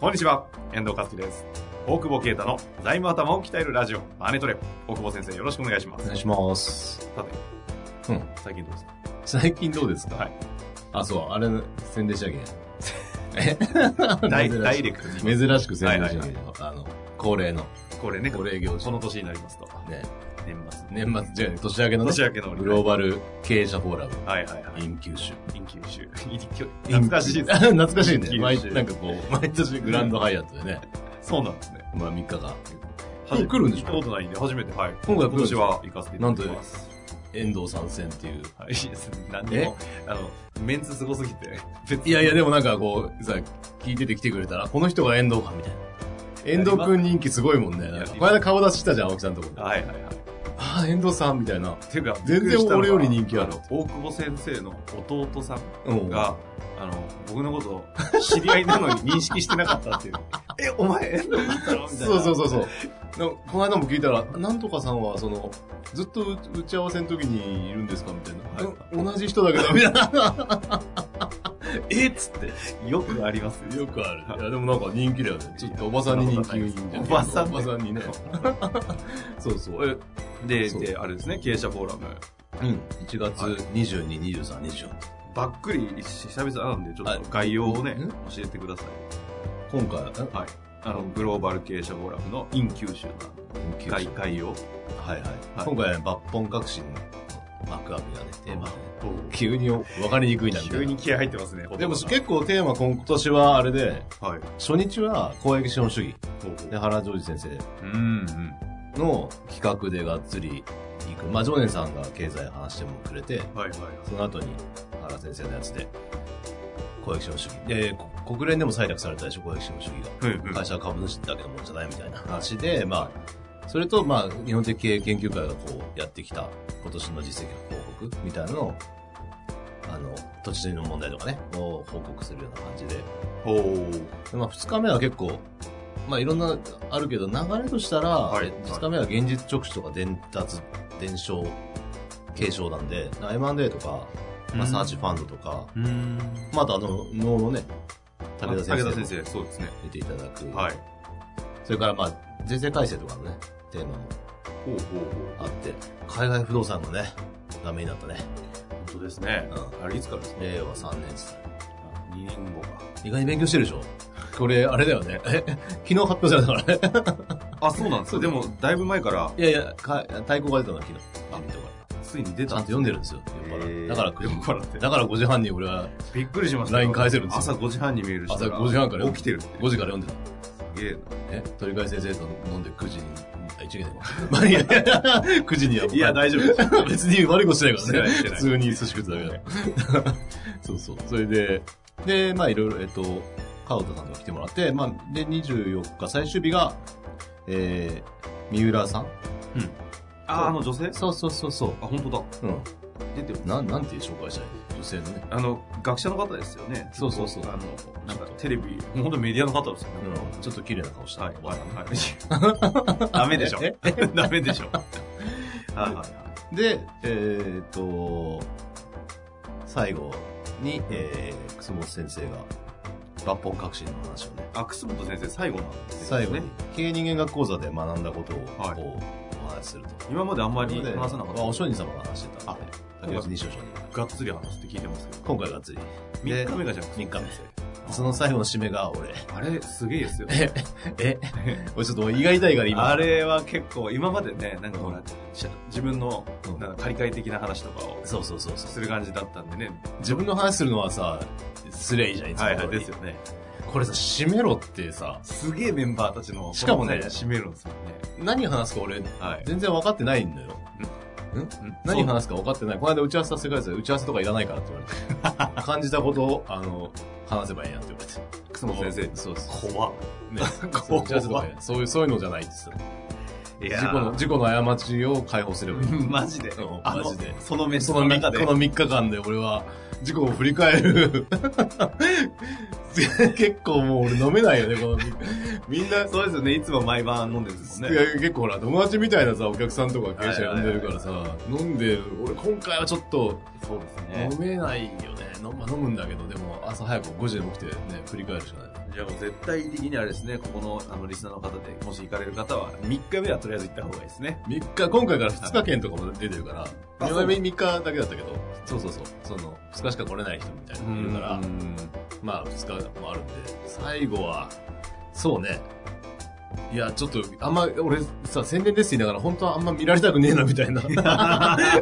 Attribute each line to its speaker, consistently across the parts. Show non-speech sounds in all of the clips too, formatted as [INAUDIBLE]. Speaker 1: こんにちは、遠藤和樹です。大久保啓太の財務頭を鍛えるラジオ、マネトレ。大久保先生、よろしくお願いしま
Speaker 2: お
Speaker 1: す。
Speaker 2: 願いします。
Speaker 1: さて、
Speaker 2: うん
Speaker 1: 最近どう [LAUGHS] ですか
Speaker 2: 最近どうですか
Speaker 1: はい。
Speaker 2: あ、そう、あれ、宣伝しなきゃいけな
Speaker 1: ダ [LAUGHS]
Speaker 2: [LAUGHS] い。
Speaker 1: イ
Speaker 2: 珍しく
Speaker 1: ダイレクトに。
Speaker 2: 珍しく宣伝しなきゃいけない。あの、恒例の、
Speaker 1: これね、
Speaker 2: 恒例行事
Speaker 1: この年になりますと、
Speaker 2: ね、
Speaker 1: 年末。
Speaker 2: 年末、じゃない年明けのね
Speaker 1: 年明けの折
Speaker 2: グローバル経営者フォーラム、
Speaker 1: はいはいはい。
Speaker 2: in 九州。
Speaker 1: 緊急集。懐かしいです。
Speaker 2: 懐かしい
Speaker 1: 緊急
Speaker 2: ね。
Speaker 1: 集
Speaker 2: 毎なんかこう、 [LAUGHS] 毎年グランドハイアットでね、
Speaker 1: そうなんですね。
Speaker 2: まあ3日間。
Speaker 1: 初めて
Speaker 2: 来るんでしょ
Speaker 1: 行ったことないんで、初めて、はい。
Speaker 2: 今回来る
Speaker 1: 今
Speaker 2: んで
Speaker 1: 年
Speaker 2: しょ
Speaker 1: は行かせていただきます。
Speaker 2: 遠藤参戦っていう。
Speaker 1: はい、いいですね。何でも、あの、メンツすごすぎて。別
Speaker 2: いやいや、でもなんかこう、さ、聞いてて来てくれたら、この人が遠藤か、みたいな。遠藤くん人気すごいもんね。なんかこの間顔出ししたじゃん、青木さんのとこで。
Speaker 1: はいはいはい。
Speaker 2: ああ、遠藤さんみたいな。
Speaker 1: ていうか、
Speaker 2: 全然
Speaker 1: びっくりしたのが
Speaker 2: 俺より人気ある
Speaker 1: 大久保先生の弟さん
Speaker 2: うん
Speaker 1: が、あの、僕のこと、知り合いなのに認識してなかった
Speaker 2: [LAUGHS]
Speaker 1: っていう。え、お前、遠藤だったのみたいな。
Speaker 2: そうそうそうそう。なんかこの間も聞いたら、なんとかさんは、その、ずっと打打ち合わせの時にいるんですかみたい
Speaker 1: は
Speaker 2: な。同じ人だけど、みたいな。えっつって。
Speaker 1: よくあります
Speaker 2: [LAUGHS] よくある。いや、でもなんか人気だよね。ちょっとおばさんに人気いいんじゃない
Speaker 1: おばさん
Speaker 2: おばさんにね。 [LAUGHS] そうそう。
Speaker 1: で、
Speaker 2: そう
Speaker 1: で、あれですね、経営者フォーラム。
Speaker 2: え、うん。1月22、23、24。
Speaker 1: ばっくり、久々なんで、ちょ
Speaker 2: は
Speaker 1: っ
Speaker 2: い
Speaker 1: と概要をね
Speaker 2: うん、
Speaker 1: 教えてください。
Speaker 2: 今回、え
Speaker 1: はい。あの、グローバル経営者フォーラムの in 九州の概概要。
Speaker 2: はいはい。
Speaker 1: はい
Speaker 2: 今回は抜本革新の幕開けがね、テーマでね。
Speaker 1: お
Speaker 2: 急に分かりにくいなみたい
Speaker 1: 急
Speaker 2: な。
Speaker 1: に気合入ってますね。
Speaker 2: でも
Speaker 1: 言葉が
Speaker 2: 結構テーマ今年はあれで、
Speaker 1: はい。
Speaker 2: 初日は公益資本主義。
Speaker 1: ほうほう
Speaker 2: で、原ジョージ先生
Speaker 1: うんうん。
Speaker 2: の企画でがっつり行く。まあ、常年さんが経済話してもくれて、
Speaker 1: はいはいはい。
Speaker 2: その後に原先生のやつで、公益資本主義。で、こ国連でも採択されたでしょ、公益資本主義
Speaker 1: うんう
Speaker 2: が。
Speaker 1: ん。
Speaker 2: 会社は株主だけのものじゃないみたいな話で、まあ、それと、まあ、日本的経営研究会がこう、やってきた今年の実績報告みたいなのを、あの、土地の問題とかね、を報告するような感じで、
Speaker 1: ほう。
Speaker 2: でまあ、2日目は結構、まあ、いろんなあるけど、流れとしたら、
Speaker 1: い
Speaker 2: 2日目は現実直視とか伝達、伝承、継承なんで、M&A とか、
Speaker 1: う
Speaker 2: まあ、
Speaker 1: ん
Speaker 2: サーチファンドとか、
Speaker 1: うん。
Speaker 2: まあ、あとあの、能のね、武田先生
Speaker 1: 武田先
Speaker 2: も
Speaker 1: 生、そうですね。
Speaker 2: 出ていただく、
Speaker 1: はい。
Speaker 2: それから、まあ、税制改正とかのね、テーマも
Speaker 1: ほうほうほう。
Speaker 2: あって、海外不動産がね、ダメになったね。
Speaker 1: 本当ですね。
Speaker 2: う
Speaker 1: あれ、いつからですか
Speaker 2: 令和3年っつった
Speaker 1: 2年後か。
Speaker 2: 意外に勉強してるでしょこれ、あれだよね。え昨日発表されたからね。
Speaker 1: あ、そうなんですか。でも、だいぶ前から、
Speaker 2: いやいや、 [LAUGHS] か対抗が出たのは昨日。あ、見たから。
Speaker 1: ついに出
Speaker 2: ち
Speaker 1: た
Speaker 2: ゃんと読んでるんですよ。酔っ払ってだから
Speaker 1: 酔っ払って
Speaker 2: 9時。だから5時半に俺は
Speaker 1: びっくりしました。
Speaker 2: LINE 返せるんです
Speaker 1: 朝
Speaker 2: よ
Speaker 1: 5時半にメールして。
Speaker 2: 朝5時半から
Speaker 1: 起きてるって。
Speaker 2: 5時から読んでた。
Speaker 1: すげえ
Speaker 2: え鳥海先生と飲んで9時に、あ、1時に。まあいや、9時に [LAUGHS] はもう帰って。
Speaker 1: いや大丈夫です
Speaker 2: [LAUGHS] 別に悪いことしてない
Speaker 1: して
Speaker 2: か
Speaker 1: な
Speaker 2: ら
Speaker 1: い
Speaker 2: ね。
Speaker 1: して
Speaker 2: 普
Speaker 1: ない
Speaker 2: 通に寿司食ってただけだ [LAUGHS] から。そうそう。それで、で、まあいろいろ、えっと、川田さんとか来てもらって、まあ、で、24日、最終日が、えー、三浦さん
Speaker 1: な。 [LAUGHS] あ、あの女性
Speaker 2: そうそうそうそ
Speaker 1: あ、本当だ。
Speaker 2: う。うん。
Speaker 1: 出てる。
Speaker 2: なん、なんていう紹介したい女性のね。
Speaker 1: あの、学者の方ですよね。
Speaker 2: そうそうそう
Speaker 1: あの、なんかテレビ、本当メディアの方ですよね。
Speaker 2: うん。ちょっと綺麗な顔した。
Speaker 1: はい、はい、はい。
Speaker 2: [LAUGHS]
Speaker 1: ダメでしょ
Speaker 2: え。
Speaker 1: [LAUGHS] ダメでしょ。はい、はい、はい。
Speaker 2: で、えーっと、最後に、えー、楠本先生が抜本革新の話をね、
Speaker 1: あ、楠本先生、最後なんですね。
Speaker 2: 最後に経営人間学講座で学んだことを、
Speaker 1: はい
Speaker 2: こうお話しすると。
Speaker 1: 今まであんま
Speaker 2: あ
Speaker 1: り話さなかった。
Speaker 2: お商人様が話してたんで、竹内二章商人
Speaker 1: がっつり話すって聞いてますけど。
Speaker 2: 今回がっつり。
Speaker 1: 3日目がじゃあ、
Speaker 2: 3日目。
Speaker 1: あ
Speaker 2: その最後の締めが俺。
Speaker 1: あれ、すげえですよ。
Speaker 2: [LAUGHS] え、え、 [LAUGHS] 俺ちょっと胃が痛いから今。
Speaker 1: あれは結構、今までね、なんかほら、しゃ自分の
Speaker 2: う、ん
Speaker 1: なんか借り換え的な話とかを
Speaker 2: そうそうそうそ
Speaker 1: す
Speaker 2: う。
Speaker 1: る感じだったんでね。
Speaker 2: 自分の話するのはさ、すりゃいいじゃん、いつも
Speaker 1: は
Speaker 2: 通
Speaker 1: い
Speaker 2: り
Speaker 1: はい、ですよね。
Speaker 2: これさ、締めろってさ、
Speaker 1: すげえメンバーたちの、
Speaker 2: しかもね
Speaker 1: この最後締めるんですよね。
Speaker 2: 何話すか
Speaker 1: は
Speaker 2: 俺、
Speaker 1: い。
Speaker 2: 全然分かってないんだよ。ん何話すか分かってない。この間打ち合わせさせてください。打ち合わせとかいらないからって言わ [LAUGHS] れて。感じたことを、あの、話せばいいやんって言われて。
Speaker 1: 楠本先生
Speaker 2: そうです。
Speaker 1: 怖っ
Speaker 2: ね、 [LAUGHS] そう打ち合わせとかいらないそういう、そういうのじゃないです。
Speaker 1: い
Speaker 2: 事
Speaker 1: や
Speaker 2: 故の、
Speaker 1: ー
Speaker 2: 事故の過ちを解放すればいい。
Speaker 1: [LAUGHS] マジで
Speaker 2: うん
Speaker 1: あの
Speaker 2: マジで
Speaker 1: その飯
Speaker 2: そ
Speaker 1: の
Speaker 2: のみ
Speaker 1: 中
Speaker 2: こ
Speaker 1: で
Speaker 2: の3日間で俺は、事故を振り返る。 [LAUGHS] 結構もう俺飲めないよね、このみ
Speaker 1: みんなそうですよねいつも毎晩飲んでるんですもん
Speaker 2: い
Speaker 1: ね
Speaker 2: や結構ほら、友達みたいなさ、お客さんとか経営者呼んでるからさ、飲んでる、俺今回はちょっと
Speaker 1: そうですね
Speaker 2: 飲めないよね。飲,、まあ、飲むんだけど、でも朝早く5時に起きてね、振り返るしかない。
Speaker 1: じゃあもう絶対的にあれですねここのあのリスナーの方でもし行かれる方は3日目はとりあえず行った方がいいですね
Speaker 2: 3日、今回から2日券とかも出てるから、
Speaker 1: あそう
Speaker 2: 4日目3日だけだったけど、そうそうそう、その、2日しか来れない人みたいなのいるから、まあ2日もあるんで、最後は、そうね。いや、ちょっと、あんま、俺さ、宣伝ですって言いながら、本当はあんま見られたくねえな、みたいな。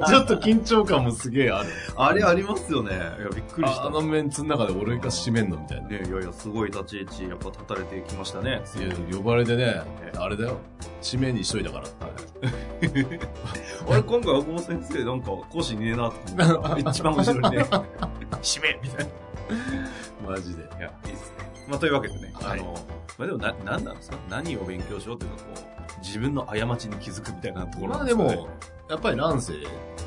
Speaker 2: ちょ
Speaker 1: [LAUGHS]
Speaker 2: っと緊張感もすげえある。
Speaker 1: あれありますよねいやびっくりし
Speaker 2: あ
Speaker 1: た
Speaker 2: あのメンツの中で俺が締めんのみたいな。
Speaker 1: ねいやいやすごい立ち位置やっぱ立たれてきましたね
Speaker 2: いや、呼ばれてね
Speaker 1: え、
Speaker 2: あれだよ。締めにしといたから。
Speaker 1: 俺今回大久保先生なんか講師にねえなと思ったら一番後ろ [LAUGHS] にね締めみたい
Speaker 2: マジで。
Speaker 1: ないやいいですねまあというわけでね、
Speaker 2: はい
Speaker 1: あのまあでもな何なんですか何を勉強しようというかこう自分の過ちに気づくみたいなところ
Speaker 2: ま
Speaker 1: な
Speaker 2: あ
Speaker 1: ん
Speaker 2: です
Speaker 1: かね
Speaker 2: も、やっぱり乱世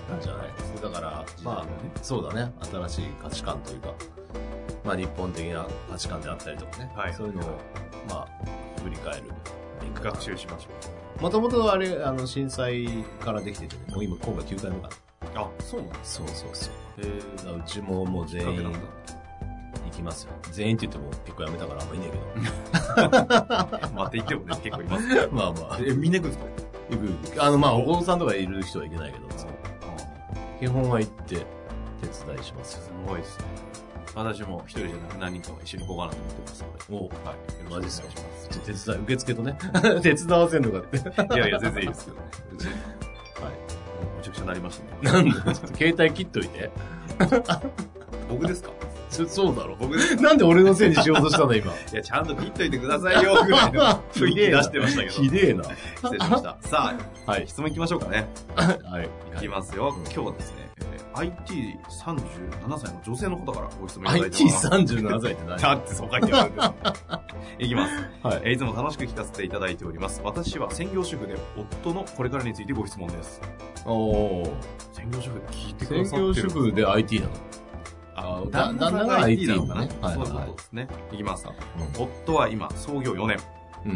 Speaker 2: なんじゃないですか。だから、
Speaker 1: ま
Speaker 2: まあ、そうだね。新しい価値観というか、まあ日本的な価値観であったりとかね。
Speaker 1: はい
Speaker 2: そういうのを、まあ、振り返る。
Speaker 1: あ学習しましょう
Speaker 2: もともとあれ、あの、震災からできてて、もう今、今回9回目かな。
Speaker 1: あそうなんだ
Speaker 2: そうそうそう。
Speaker 1: えー
Speaker 2: だからうちももう全員
Speaker 1: きっかけなん
Speaker 2: 行
Speaker 1: だ
Speaker 2: きますよ。全員って言っても結構やめたからあんまいねえけど。
Speaker 1: 待っていてもね、結構いますね。
Speaker 2: [LAUGHS] まあまあ。
Speaker 1: え、みんな行くんですか
Speaker 2: 行く行くあの、まあ、お子さんとかいる人はいけないけど、そう基本は行って手伝いしますよ。
Speaker 1: すごいですね。私も一人じゃなく何人かは一緒に行こうかなと思ってますので。
Speaker 2: お
Speaker 1: はい。よ
Speaker 2: マジ
Speaker 1: ろ
Speaker 2: っ
Speaker 1: し
Speaker 2: す
Speaker 1: く
Speaker 2: か
Speaker 1: お願いします。
Speaker 2: ちょっと手伝い、受付とね、 [LAUGHS] 手伝わせんのかって。
Speaker 1: いやいや、全然いいですけどね。うち、はい。めちゃくちゃなりましたね。
Speaker 2: なんだちょっと携帯切っといて。
Speaker 1: 僕ですか
Speaker 2: そそうだろ。
Speaker 1: 僕ですか
Speaker 2: [LAUGHS] なんで俺のせいにしようとしたの、 [LAUGHS] 今。
Speaker 1: いや、ちゃんと切っといてくださいよ、ぐらいの雰囲気出してましたけど。
Speaker 2: ひでえな。
Speaker 1: 失礼しました。さあ、
Speaker 2: はい。
Speaker 1: 質問いきましょうかね。
Speaker 2: はい。
Speaker 1: いきますよ。今日はですね、えー IT37 歳の女性の方からご質問いただいてます。
Speaker 2: IT37 歳って何
Speaker 1: だってそう書いてあるんです。いきます。
Speaker 2: はい
Speaker 1: えーいつも楽しく聞かせていただいております。私は専業主婦で夫のこれからについてご質問です。
Speaker 2: おー
Speaker 1: 専業主婦聞いてくだ
Speaker 2: 専
Speaker 1: さって
Speaker 2: 業
Speaker 1: る
Speaker 2: 主婦で IT なの
Speaker 1: あ
Speaker 2: あ
Speaker 1: 旦那さん
Speaker 2: 旦那
Speaker 1: が
Speaker 2: が
Speaker 1: IT
Speaker 2: IT
Speaker 1: なのかね。
Speaker 2: な
Speaker 1: そ
Speaker 2: の
Speaker 1: うい
Speaker 2: ね
Speaker 1: う
Speaker 2: はいはいはい
Speaker 1: ことですね。いきます。夫は今創業4年、
Speaker 2: うん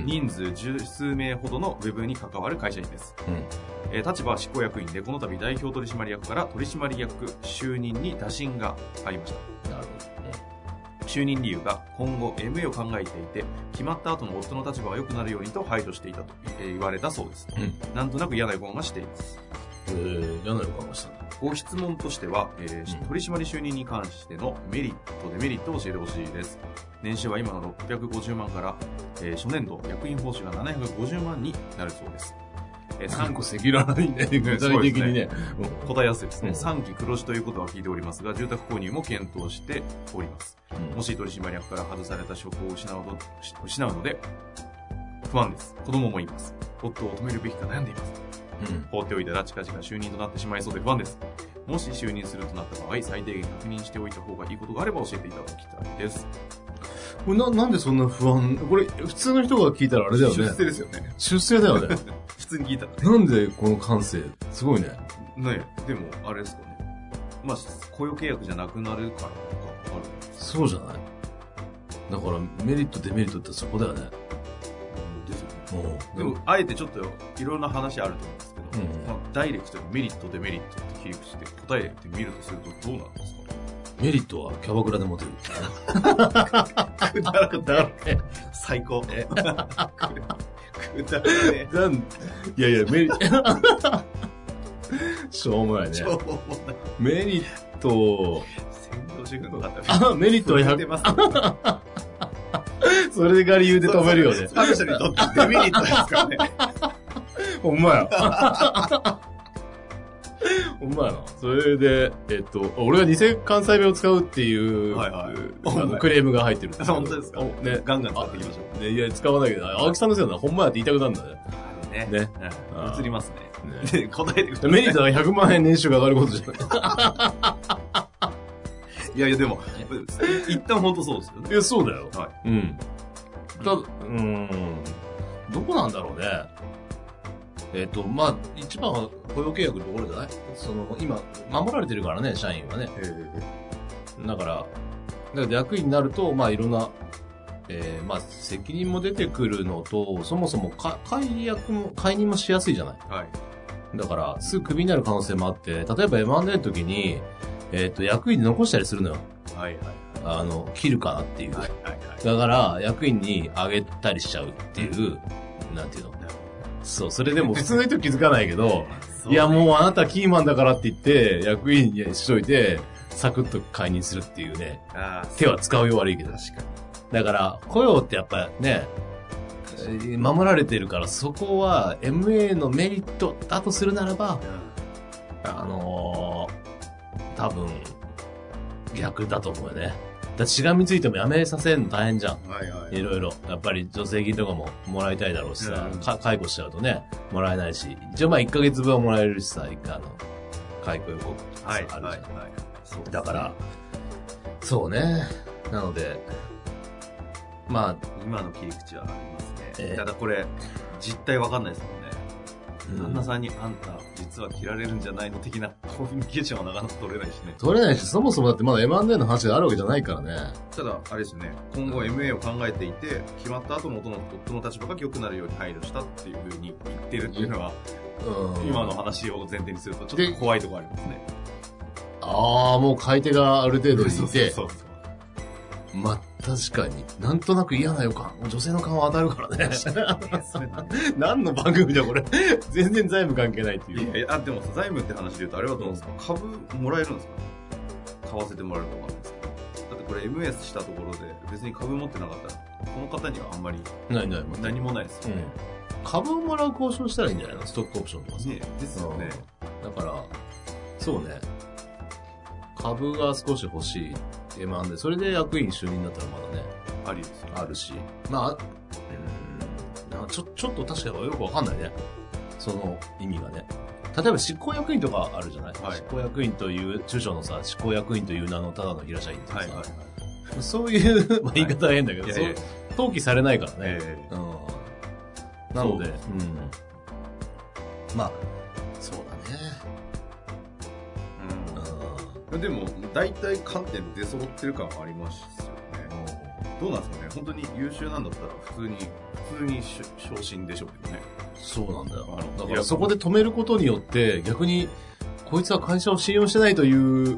Speaker 1: 人数十数名ほどのウェブに関わる会社員です。
Speaker 2: うん
Speaker 1: えー立場は執行役員で、この度代表取締役から取締役就任に打診がありました。
Speaker 2: なるほどね
Speaker 1: 就任理由が今後 MA を考えていて決まった後の夫の立場が良くなるようにと配慮していたとえー言われたそうです、
Speaker 2: う
Speaker 1: なんとなく嫌な予感がしています
Speaker 2: えー、嫌な予感がしたな
Speaker 1: ご質問としては、えー
Speaker 2: うん
Speaker 1: 取締り就任に関してのメリットデメリットを教えてほしいです年収は今の650万から、えー初年度役員報酬が750万になるそうです、えー、
Speaker 2: な
Speaker 1: 三
Speaker 2: んか赤裸々にね、具体的にね。うん
Speaker 1: 答えやすいですね、
Speaker 2: うん
Speaker 1: 3期黒字ということは聞いておりますが住宅購入も検討しておりますも
Speaker 2: もし
Speaker 1: し取締役から外された職を失うの失うので、不安です。子供もいます。夫を止めるべきか悩んでいます。放っておいたら近々就任となってしまいそうで不安です。もし就任するとなった場合、最低限確認しておいた方がいいことがあれば教えていただきたいです。
Speaker 2: これな、なんでそんな不安これ、普通の人が聞いたらあれだよね
Speaker 1: 出。世ですよね。
Speaker 2: 出世だよね。
Speaker 1: 普通に聞いたら
Speaker 2: [LAUGHS] なんでこの感性、すごいね。
Speaker 1: ね。ねえでも、あれですかね。まあ、雇用契約じゃなくなるからとかあるんです
Speaker 2: そうじゃないだから、メリット、デメリットってそこだよね。
Speaker 1: ですよね。
Speaker 2: うん
Speaker 1: でも、あえてちょっといろんな話あると思うんですけど、
Speaker 2: うん
Speaker 1: まあダイレクトにメリット、デメリットって切り口で答えてみると
Speaker 2: [LAUGHS]
Speaker 1: するとどうなんですかね
Speaker 2: メリットはキャバクラでモテる。
Speaker 1: くだらくだらね。最高。くだらね。
Speaker 2: なんいやいや、メリット。 [LAUGHS] しょうもないね
Speaker 1: 超。ない。
Speaker 2: メリット、
Speaker 1: 専業主婦の方
Speaker 2: あ、 [LAUGHS] メリットは
Speaker 1: やっ
Speaker 2: 100
Speaker 1: てます。止
Speaker 2: それが理由で止めるよね。
Speaker 1: あの人にとってデメリットですからね。
Speaker 2: ほんまや。 [LAUGHS] ほんまやな。それで、えっと、俺が偽関西弁を使うっていう、
Speaker 1: はいはい
Speaker 2: あのクレームが入ってるんですけど
Speaker 1: 本当ですか
Speaker 2: おね。
Speaker 1: ガンガン使っていきましょう。
Speaker 2: ね、いや、使わないけど、青木さんのせいだな、ほんまやって言いたくなるんだね。
Speaker 1: ますね。 [LAUGHS]
Speaker 2: ね
Speaker 1: うん
Speaker 2: うん
Speaker 1: 移ります
Speaker 2: ね
Speaker 1: ね。で答えてください。
Speaker 2: メリットは100万円年収が上がることじゃない。
Speaker 1: いやいや、でも、一旦本当そうですよね。
Speaker 2: いや、そうだよ。
Speaker 1: は
Speaker 2: うん。ただ、うーん。どこなんだろうね。えっ、と、まあ、一番は雇用契約のところじゃないその、今、守られてるからね、社員はね。だから、だから役員になると、まあ、いろんな、えーまあ、責任も出てくるのと、そもそもか解約も、解任もしやすいじゃない
Speaker 1: はい。
Speaker 2: だから、すぐクビになる可能性もあって、例えば M&A の時に、えっ、と、役員に残したりするのよ。
Speaker 1: はいはい。
Speaker 2: あの、切るかなっていう。
Speaker 1: はいはいはい。
Speaker 2: だから、役員にあげたりしちゃうっていう、なんていうの。そう、それでも普通の人気づかないけど、いやもうあなたキーマンだからって言って、役員にしといて、サクッと解任するっていうね、
Speaker 1: う、あー
Speaker 2: 手は使うよ悪いけど。
Speaker 1: 確か
Speaker 2: だから、雇用ってやっぱね、守られてるから、そこは MA のメリットだとするならば、
Speaker 1: に。
Speaker 2: あのー、多分、逆だと思うよね。だってしがみついても辞めさせるの大変じゃん。
Speaker 1: はいはい
Speaker 2: ろいろ。やっぱり助成金とかももらいたいだろうしさ、
Speaker 1: うん
Speaker 2: か介護しちゃうとね、もらえないし。一応まあ1ヶ月分はもらえるしさ、一回あの、解雇予告とかさ
Speaker 1: はい
Speaker 2: あ
Speaker 1: はい
Speaker 2: るじゃん。
Speaker 1: はい。そう
Speaker 2: だから、そうね。なので、まあ、
Speaker 1: 今の切り口はあります
Speaker 2: ええ
Speaker 1: ね。ただこれ、実態わかんないですもんね。
Speaker 2: うん
Speaker 1: 旦那さんにあんた、実は切られるんじゃないの的なコミュニケーションはなかなか取れないしね。
Speaker 2: 取れないし、そもそもだってまだ M&A の話があるわけじゃないからね。
Speaker 1: ただ、あれですよね、今後 MA を考えていて、決まった後元の夫の立場が良くなるように配慮したっていうふうに言ってるっていうのは、
Speaker 2: うん。
Speaker 1: 今の話を前提にすると、ちょっと怖いところありますね。
Speaker 2: ああ、もう買い手がある程度い
Speaker 1: そう
Speaker 2: て、
Speaker 1: そうそう。
Speaker 2: まあ確かに、なんとなく嫌な予感。女性の勘は当たるからね。
Speaker 1: それなんだ
Speaker 2: 何の番組だこれ。全然財務関係ないっていう。
Speaker 1: いやあでもさ財務って話で言うとあれはどうなんですか、株もらえるんですか買わせてもらえるのかわかんないですけどだってこれ MS したところで別に株持ってなかったらこの方にはあんまり
Speaker 2: ないない、もう
Speaker 1: 何もないですよね,、
Speaker 2: 株をもらう交渉したらいいんじゃないのストックオプションとかさ。
Speaker 1: ねですよね
Speaker 2: だから、そうね。株が少し欲しい。え、まあ、で、それで役員就任だったらまだね、
Speaker 1: ありですよね
Speaker 2: あるし。まあ、うん、なんかちょ、ちょっと確かによくわかんないね。その意味がね。例えば執行役員とかあるじゃない、
Speaker 1: はい
Speaker 2: 執行役員という、中小のさ、執行役員という名のただの平社員とか
Speaker 1: はい
Speaker 2: さ、
Speaker 1: はいはい
Speaker 2: そういう、 [LAUGHS] まあ言い方は変だけど、
Speaker 1: いや
Speaker 2: そ
Speaker 1: いうやいや
Speaker 2: 登記されないからね。
Speaker 1: ええ
Speaker 2: うんなので、
Speaker 1: そう
Speaker 2: うんまあ、そうだね。
Speaker 1: うんでも大体観点出揃ってる感はありますよねどうなんですかね本当に優秀なんだったら普通に普通にし昇進でしょうけどね
Speaker 2: そうなんだよ
Speaker 1: あの。
Speaker 2: だ
Speaker 1: い
Speaker 2: から
Speaker 1: や
Speaker 2: そこで止めることによって、逆に、こいつは会社を信用してないという、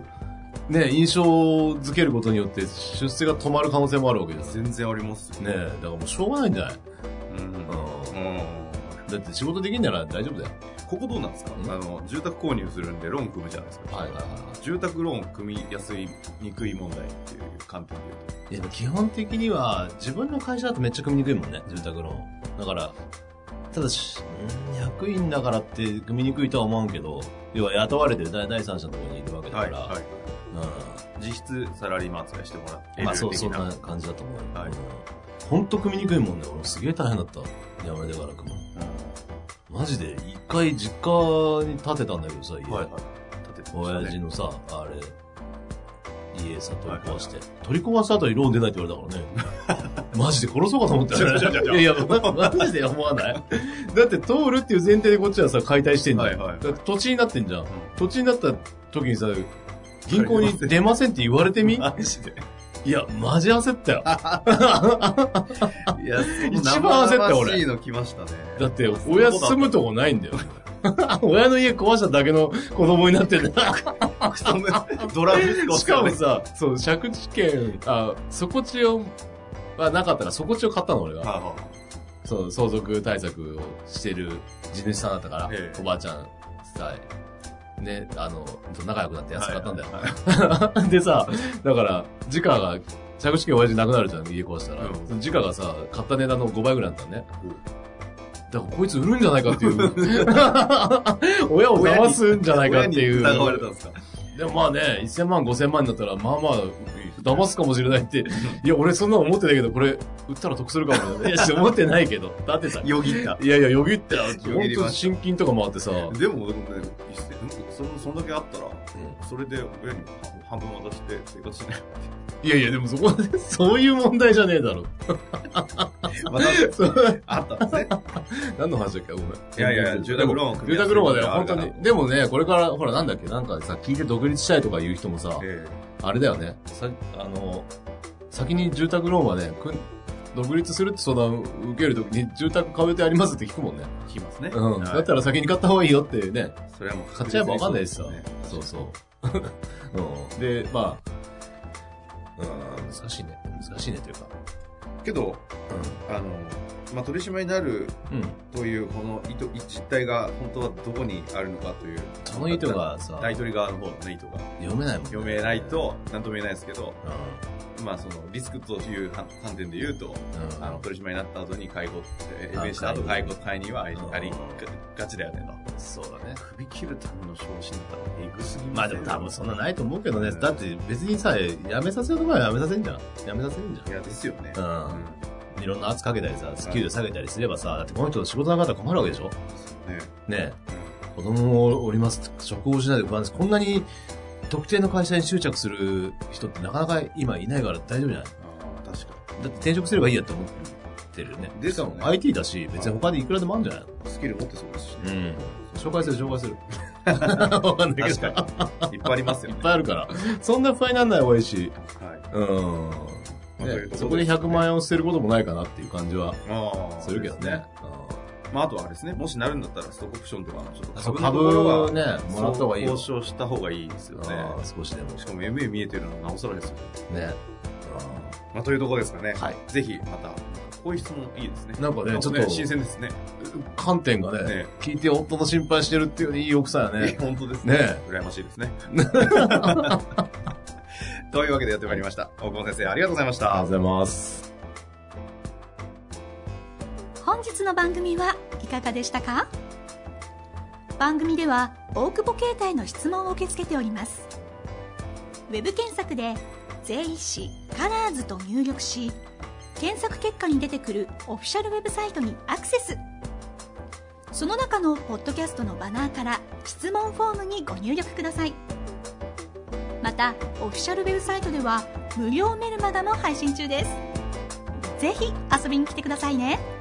Speaker 2: ね、印象づけることによって、出世が止まる可能性もあるわけじゃない。ね
Speaker 1: 全然ありますよ
Speaker 2: え、だからもうしょうがないんじゃない
Speaker 1: うん、うん
Speaker 2: だって仕事できんなら大丈夫だよ。
Speaker 1: ここどうなんですか、
Speaker 2: うん
Speaker 1: あの住宅購入するんでローン組むじゃないですか、
Speaker 2: はいはいは
Speaker 1: 住宅ローン組みやすいにくい問題っていう観点で
Speaker 2: い。いや、基本的には、自分の会社だとめっちゃ組みにくいもんね、住宅ローン。だから、ただし、うん役員だからって組みにくいとは思うけど、要は雇われてる第第三者のところにいるわけ
Speaker 1: 言う
Speaker 2: だ
Speaker 1: と、
Speaker 2: か
Speaker 1: はい
Speaker 2: ら、
Speaker 1: はい、
Speaker 2: うん。
Speaker 1: 実質サラリーマン扱いしてもらって
Speaker 2: まあそう、そん
Speaker 1: な
Speaker 2: な感じだと思うよ。
Speaker 1: はい
Speaker 2: うんほんと組みにくいもんね。俺すげえ大変だった。やめてから組むの。マジで、一回実家に建てたんだけどさ、家。
Speaker 1: はいはい立ててましたね
Speaker 2: 親父のさ、あれ、家さ、取り壊して。取り壊した後にローン出ないって言われたからね。マジで殺そうかと思ったよ
Speaker 1: ちょちょちょ
Speaker 2: いやいや、まマジで思わないだって通るっていう前提でこっちはさ、解体してんじゃん。
Speaker 1: はいはい
Speaker 2: だって土地になってんじゃん。土地になった時にさ、銀行に出ませんって言われて
Speaker 1: [LAUGHS]
Speaker 2: み
Speaker 1: マジで
Speaker 2: いや、マジ焦ったよ。
Speaker 1: いや
Speaker 2: 一番焦った
Speaker 1: 生
Speaker 2: 俺
Speaker 1: 々しいの来ましたね
Speaker 2: だって、親住むとこないんだよ。 [LAUGHS] 親の家壊しただけの子供になってんだ。
Speaker 1: ドラム
Speaker 2: しかもさ、そう、借地権、あ、底地を、はなかったら、底地を買ったの俺が。
Speaker 1: は
Speaker 2: そう、相続対策をしてる地主さんだったから
Speaker 1: え、え
Speaker 2: おばあちゃん、さ、ね、あの、仲良くなって
Speaker 1: い
Speaker 2: 安
Speaker 1: はい
Speaker 2: かったんだよ。
Speaker 1: はいはい
Speaker 2: [LAUGHS] でさ、だから、時価が、借地権親父なくなるじゃん、家壊したら。
Speaker 1: うん
Speaker 2: その時価がさ、買った値段の5倍ぐらいだったのね。だからこいつ売るん [LAUGHS] じゃないかっていう。親を騙すんじゃないかっていう。
Speaker 1: 親に疑われたんですか
Speaker 2: でもまあね、1000万、5000万になったら、まあまあ、騙すかもしれない [LAUGHS] って。いや、俺そんなの思ってないけど、これ、売ったら得するかもね。いや、思ってないけど。だってさ、
Speaker 1: よぎった。
Speaker 2: いやいや、よぎってた。
Speaker 1: よぎ
Speaker 2: 本
Speaker 1: り
Speaker 2: 当
Speaker 1: ました
Speaker 2: 新金とかもあってさ。
Speaker 1: でも、でもね、一斉その、そんだけあったら、それで親に半分渡して生活しない。
Speaker 2: いやいや、でもそこ、そういう問題じゃねえだろ。 [LAUGHS] そう
Speaker 1: あったんですね。
Speaker 2: 何の話だっけごめん。
Speaker 1: いやいや住宅ローン
Speaker 2: 住宅ローンは
Speaker 1: 組
Speaker 2: ね、
Speaker 1: み合わ
Speaker 2: 本
Speaker 1: せ
Speaker 2: 当に。でもね、これから、ほら、なんだっけ、なんかさ、聞いて独立したいとか言う人もさ、
Speaker 1: [LAUGHS] え
Speaker 2: あれだよね。さ、あの、先に住宅ローンはね、くん独立するって相談受けるときに、住宅買う予定ありますって聞くもんね。
Speaker 1: え聞きますね。
Speaker 2: うん。
Speaker 1: はい
Speaker 2: だったら先に買った方がいいよっていうね。
Speaker 1: それはもう
Speaker 2: 買っちゃえばわかんないしさ。
Speaker 1: ね
Speaker 2: そうそう。 [LAUGHS] うん。で、まあ、うん、難しいね。難しいねというか。
Speaker 1: けど、あの、まあ、取締りになる
Speaker 2: うん。うん。
Speaker 1: という、この意図実態が本当はどこにあるのかという。
Speaker 2: その意図がさ、
Speaker 1: 大取り側の方のね意図が
Speaker 2: 読めないもんね
Speaker 1: 読めない。と、なんとも言えないですけど、
Speaker 2: うん。
Speaker 1: まあ、その、リスクという観観点で言うと、
Speaker 2: うん。
Speaker 1: あの、取締りになった後に介護って、
Speaker 2: あ
Speaker 1: 延命した後介
Speaker 2: 介護
Speaker 1: 護、介入はあり
Speaker 2: うん
Speaker 1: ありががちだよねと。
Speaker 2: そうだね。
Speaker 1: 首切るための昇進だったらエグすぎ。
Speaker 2: まあでも多分そんなないいと思うけどね。
Speaker 1: うん
Speaker 2: だって別にさ、やめさせるところはやめさせんじゃん。やめさせんじ
Speaker 1: いや、ですよね。
Speaker 2: ゃん。うん。いろんな圧かけたりさ、スキル下げたりすればさ、だってこの人仕事なかったら困るわけでしょ
Speaker 1: ね。
Speaker 2: ねえ。子供もおりますって、職を失いで不安です。こんなに特定の会社に執着する人ってなかなか今いないから大丈夫じゃないだ
Speaker 1: ああ、確か
Speaker 2: って転職すればいいやって思ってるよね。
Speaker 1: です
Speaker 2: し
Speaker 1: よ
Speaker 2: か
Speaker 1: ね
Speaker 2: も IT だし、別に他でいくらでもあるんじゃない
Speaker 1: に。スキル持ってそうですしね。
Speaker 2: うん。紹介する、紹介する。 [LAUGHS] わかんないけど。
Speaker 1: 確か [LAUGHS] に。いっぱいありますよ
Speaker 2: い
Speaker 1: ね
Speaker 2: っ。ぱいあるから。そんな不安にならない方がいいし。
Speaker 1: はい。
Speaker 2: うん。
Speaker 1: まあという
Speaker 2: ね、
Speaker 1: と
Speaker 2: そ
Speaker 1: こ
Speaker 2: こ
Speaker 1: ろ
Speaker 2: で
Speaker 1: です
Speaker 2: 100万円を捨てることもないかなっていう感じは
Speaker 1: ああ。
Speaker 2: するけどね。。
Speaker 1: まあ、あとはあれですね、もしなるんだったら、ストックオプションとかのちょっと
Speaker 2: あそう
Speaker 1: 株のと
Speaker 2: 株
Speaker 1: ころは、
Speaker 2: ね、もらった方がいいよ。
Speaker 1: そう交渉した方がいいですよね。
Speaker 2: あー少しでも。
Speaker 1: しかも MA 見えてるのはなおさらですよ。
Speaker 2: ね。
Speaker 1: まあ、というところですかね。
Speaker 2: はい。
Speaker 1: ぜひ、また、こういう質問いいですね。
Speaker 2: なんかね、ちょっと、
Speaker 1: 新鮮ですね。
Speaker 2: 観点がね
Speaker 1: ね
Speaker 2: 聞いて夫の心配してるっていうのいい奥さん
Speaker 1: ね
Speaker 2: やね。
Speaker 1: [LAUGHS] 本当です
Speaker 2: ね
Speaker 1: ね。羨ましいですね。 [LAUGHS] というわけでやってまいりました。大久保先生、ありがとうございました。
Speaker 2: ございます。
Speaker 3: 本日の番組はいかがでしたか番組では大久保携帯の質問を受け付けておりますウェブ検索で「税理士カラーズと入力し検索結果に出てくるオフィシャルウェブサイトにアクセスその中のポッドキャストのバナーから質問フォームにご入力くださいまたオフィシャルウェブサイトでは無料メルマガも配信中ですぜひ遊びに来てくださいね